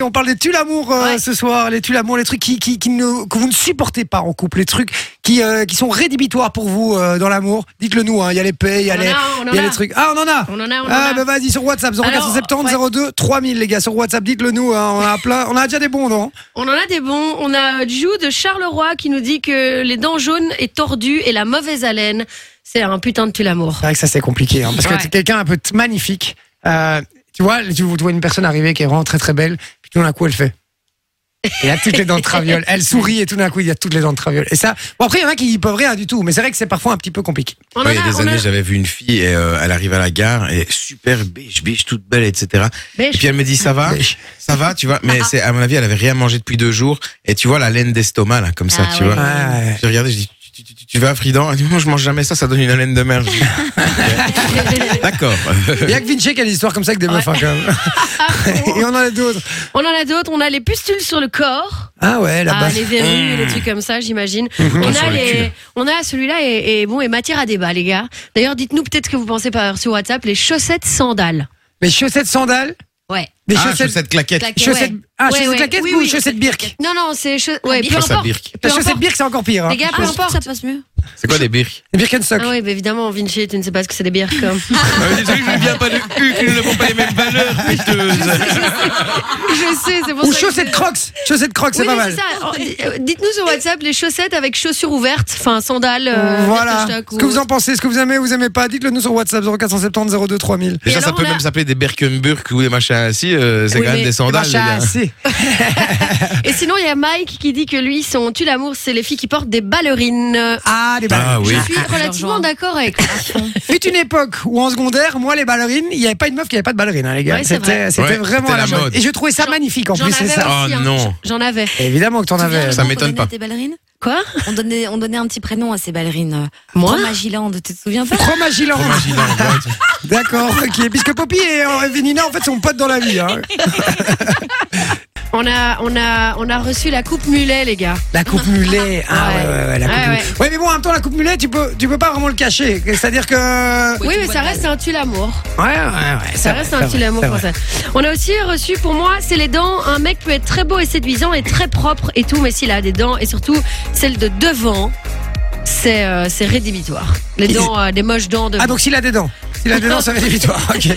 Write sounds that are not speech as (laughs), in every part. On parle des tu l'amour euh, Ouais. ce soir, les tu l'amour, les trucs qui, qui, qui ne- que vous ne supportez pas en couple, les trucs qui, euh, qui sont rédhibitoires pour vous euh, dans l'amour. Dites-le nous, hein, il y a les paix, il y a, On en les, a, on en il y a a. les trucs. Ah, on en a On en a, on en Ah, a. bah vas-y, sur WhatsApp, 0470 Alors, 02 3000, les gars, sur WhatsApp, dites-le nous, hein, on, a plein, on a déjà des bons, non On en a des bons. On a euh, Jou de Charleroi qui nous dit que les dents jaunes et tordues et la mauvaise haleine, c'est un putain de tue l'amour. C'est vrai que ça, c'est compliqué, hein, parce que Ouais. t'es quelqu'un un peu t- magnifique. Euh, tu vois, tu tu vois une personne arriver qui est vraiment très très belle, puis tout d'un coup, elle fait. Et a toutes les dents de traviole. Elle sourit et tout d'un coup, il y a toutes les dents de traviole. Et ça, bon, après, il y en a qui y peuvent rien du tout, mais c'est vrai que c'est parfois un petit peu compliqué. On Moi, en il y a a, des on années, a. j'avais vu une fille, et, euh, elle arrive à la gare, et super biche, biche, toute belle, etc. Mais Et puis elle me dit, ça va, Biche. ça va, tu vois. (laughs) Mais c'est, à mon avis, elle avait rien mangé depuis deux jours. Et tu vois la laine d'estomac, là, comme ça, Ah tu ouais. vois. J'ai regardé, je dis, tu, tu- tu- tu vas à Fridan? Elle dit, non, je mange jamais ça, ça donne une haleine de merde. (laughs) Je dis, D'accord. Il y a que Vinci qui a des histoires comme ça avec des meufs, hein, quand même. (laughs) Et on en a d'autres. on en a d'autres. On a les pustules sur le corps. Ah ouais, là-bas. Ah, les verrues, les trucs comme ça, j'imagine. On Sur a le les, cul. on a celui-là et, et bon, et matière à débat, les gars. D'ailleurs, dites-nous peut-être que vous pensez par sur WhatsApp les chaussettes sandales. Mais chaussettes sandales, Ouais. des Ah, chaussettes. chaussette claquette. Claquette. chaussettes- Ouais. Ah, Ouais, chaussettes ouais. claquettes Oui, ou oui, chaussettes birk Non, non, c'est cha- ouais, peu Chaussette importe. birk. Peu La importe. chaussette birk, c'est encore pire. Hein. Les gars, peu Ah, importe. ça passe mieux. C'est quoi des birks? Birkenstock. Ah oui, bah évidemment, Vinci, tu ne sais pas ce que c'est des bières comme. Ah, Je ne viens pas de U, nous n'avons pas les (laughs) mêmes valeurs, Je sais, c'est pour Ou ça. que chaussettes crocs. Chaussettes crocs, c'est Oui, pas mais mal. ça. Oh, di- euh, Dites-nous sur WhatsApp les chaussettes avec chaussures ouvertes, enfin sandales. euh, Voilà. Birkenstock Ce ou que vous en autre. pensez, ce que vous aimez, vous aimez pas, dites-le nous sur WhatsApp 0470 02 3000. Déjà, Et ça alors, peut on a- même s'appeler des Birkenburg ou des machins ainsi, euh, c'est Oui, quand même mais- des sandales, Eh ben, les gars. (laughs) Chassé. Et sinon, il y a Mike qui dit que lui, son tu l'amour, c'est les filles qui portent des ballerines. Ah, les ballerines. Ah oui. Je suis Ah, je relativement rejoins. d'accord avec. toi. Fut une époque où en secondaire, moi, les ballerines, il n'y avait pas une meuf qui n'avait pas de ballerine, hein, les gars. Ouais, c'est c'était c'était Ouais, vraiment c'était à la la mode. mode. Et je trouvais ça magnifique en J'en plus, c'est avais ça. aussi, Oh, hein. non. J'en avais. Évidemment que t'en avais. Ça Tu te souviens le nom m'étonne qu'on pas. donnait à tes ballerines Quoi on donnait, on donnait un petit prénom à euh, ces ballerines. Moi Magiland, tu te souviens pas Fromagiland. Imagine, en vrai, tu- (laughs) D'accord, ok. Puisque Poppy et euh, Vénina, en fait, sont potes dans la vie. hein. On a, on a, on a reçu la coupe mulet, les gars. La coupe mulet. Ah ouais, Ouais. ouais, ouais, la coupe Ouais, mulet. Ouais, mais bon, en même temps, la coupe mulet, tu peux, tu peux pas vraiment le cacher. C'est-à-dire que. Ouais, Oui, mais ça reste un tu l'amour. ouais, ouais. Ça reste un tu l'amour français. On a aussi reçu, pour moi, c'est les dents. Un mec peut être très beau et séduisant et très propre et tout, mais s'il a des dents et surtout celles de devant, c'est euh, c'est rédhibitoire. Les Il- dents, euh, des moches dents de. Ah, donc s'il a des dents. S'il a des dents, ça fait des victoires. Ok.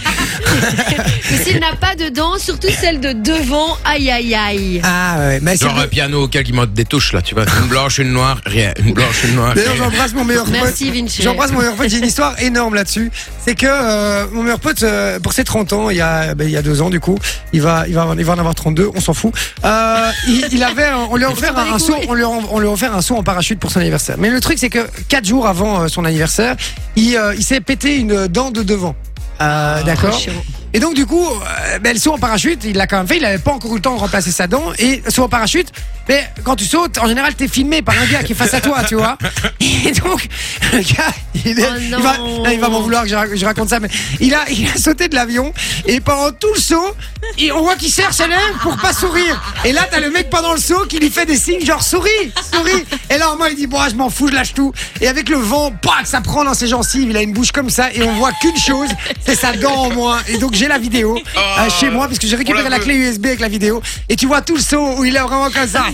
Mais s'il n'a pas de dents, surtout celles de devant, aïe aïe aïe. Ah, ouais. Mais c'est. Genre un piano auquel ils mettent des touches là, tu vois. Une blanche, une noire, rien. Une blanche, une noire. D'ailleurs, rien. j'embrasse mon meilleur pote. Merci Vinci. J'embrasse mon meilleur pote, j'ai une histoire énorme là-dessus. C'est que euh, mon meilleur pote, euh, pour ses 30 ans, il y a, ben, il y a deux ans du coup, il va, il va, en- il va en avoir 32, on s'en fout. Euh, il, il avait, un- on lui a offert s'en bat un, les un saut, couilles. on lui a, on lui a offert un saut en parachute pour son anniversaire. Mais le truc, c'est que quatre jours avant euh, son anniversaire, il, euh, il s'est pété une dent de devant. Ah, Euh, D'accord. Trop chiant. Et donc du coup, euh, ben, le saut en parachute, il l'a quand même fait. Il n'avait pas encore eu le temps de remplacer sa dent. Et le saut en parachute, mais quand tu sautes, en général, t'es filmé par un gars qui est face à toi, tu (laughs) vois. Et donc le gars, il, est- Oh il non. va, là, il va m'en vouloir que je, rac- je raconte ça, mais il a, (laughs) il a sauté de l'avion et pendant tout le saut, il- on voit qu'il serre sa lèvre pour pas sourire. Et là, t'as le mec pendant le saut qui lui fait des signes genre souris, souris. Et là, en moi, il dit bon, ah, je m'en fous, je lâche tout. Et avec le vent, que ça prend dans ses gencives. Il a une bouche comme ça et on voit qu'une chose, c'est sa dent en moins. Et donc j'ai la vidéo euh, chez moi parce que j'ai récupéré Oh. on la la veut. clé USB avec la vidéo. Et tu vois tout le saut où il est vraiment comme ça,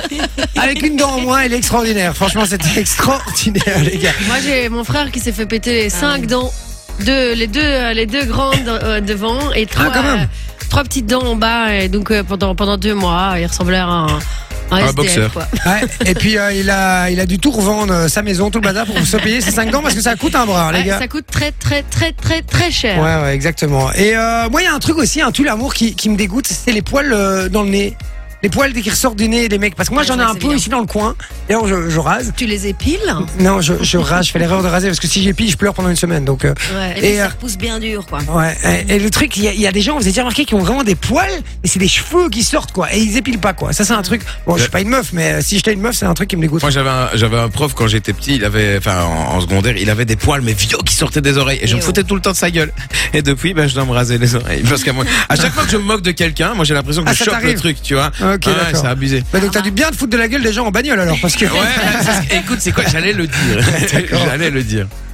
avec une dent en moins. Il est extraordinaire. Franchement, c'était extraordinaire, les gars. Moi j'ai mon frère qui s'est fait péter les cinq dents, deux, les deux, euh, les deux grandes euh, devant et trois, Ah, quand même. euh, trois petites dents en bas. Et donc euh, pendant pendant deux mois, il ressemblait à un, un SDF, boxeur. quoi. Ouais, et puis euh, il, a, il a dû tout revendre, euh, sa maison, tout le bazar, pour se payer ses 5 dents parce que ça coûte un bras, Ah, les Ouais, gars. Ça coûte très très très très très cher. Ouais, ouais, exactement. Et euh, moi, il y a un truc aussi, un tout l'amour qui, qui me dégoûte, c'est les poils euh, dans le nez. Les poils dès qu'ils ressortent du nez, les mecs. Parce que moi, Ouais, j'en c'est ai vrai un que peu c'est ici dans le coin. D'ailleurs, je, je rase. Tu les épiles Non, je, je rase, je fais l'erreur de raser parce que si j'épile, je pleure pendant une semaine. Donc, euh, Ouais. Et, Et, puis euh, ça repousse bien dur, quoi. ouais. Et, et le truc, il y, a- il y a des gens, vous avez déjà remarqué, qui ont vraiment des poils, mais c'est des cheveux qui sortent, quoi. Et ils épilent pas, quoi. Ça, c'est un truc. Bon, je suis pas une meuf, mais euh, si j'étais une meuf, c'est un truc qui me dégoûte. Moi j'avais un, j'avais un prof quand j'étais petit, il avait enfin en, en secondaire, il avait des poils mais vieux qui sortaient des oreilles et je me Eh foutais oh. tout le temps de sa gueule. Et depuis ben je dois me raser les oreilles parce qu'à moi- à chaque fois que je me moque de quelqu'un, moi j'ai l'impression que Ah, je ça chope le t'arrive truc, tu vois. Ok, Ah ouais, d'accord. c'est abusé. Bah, donc, t'as dû bien te foutre de la gueule des gens en bagnole, alors, parce que. (laughs) Ouais, ouais, c'est- écoute, c'est quoi J'allais le dire. J'allais le dire.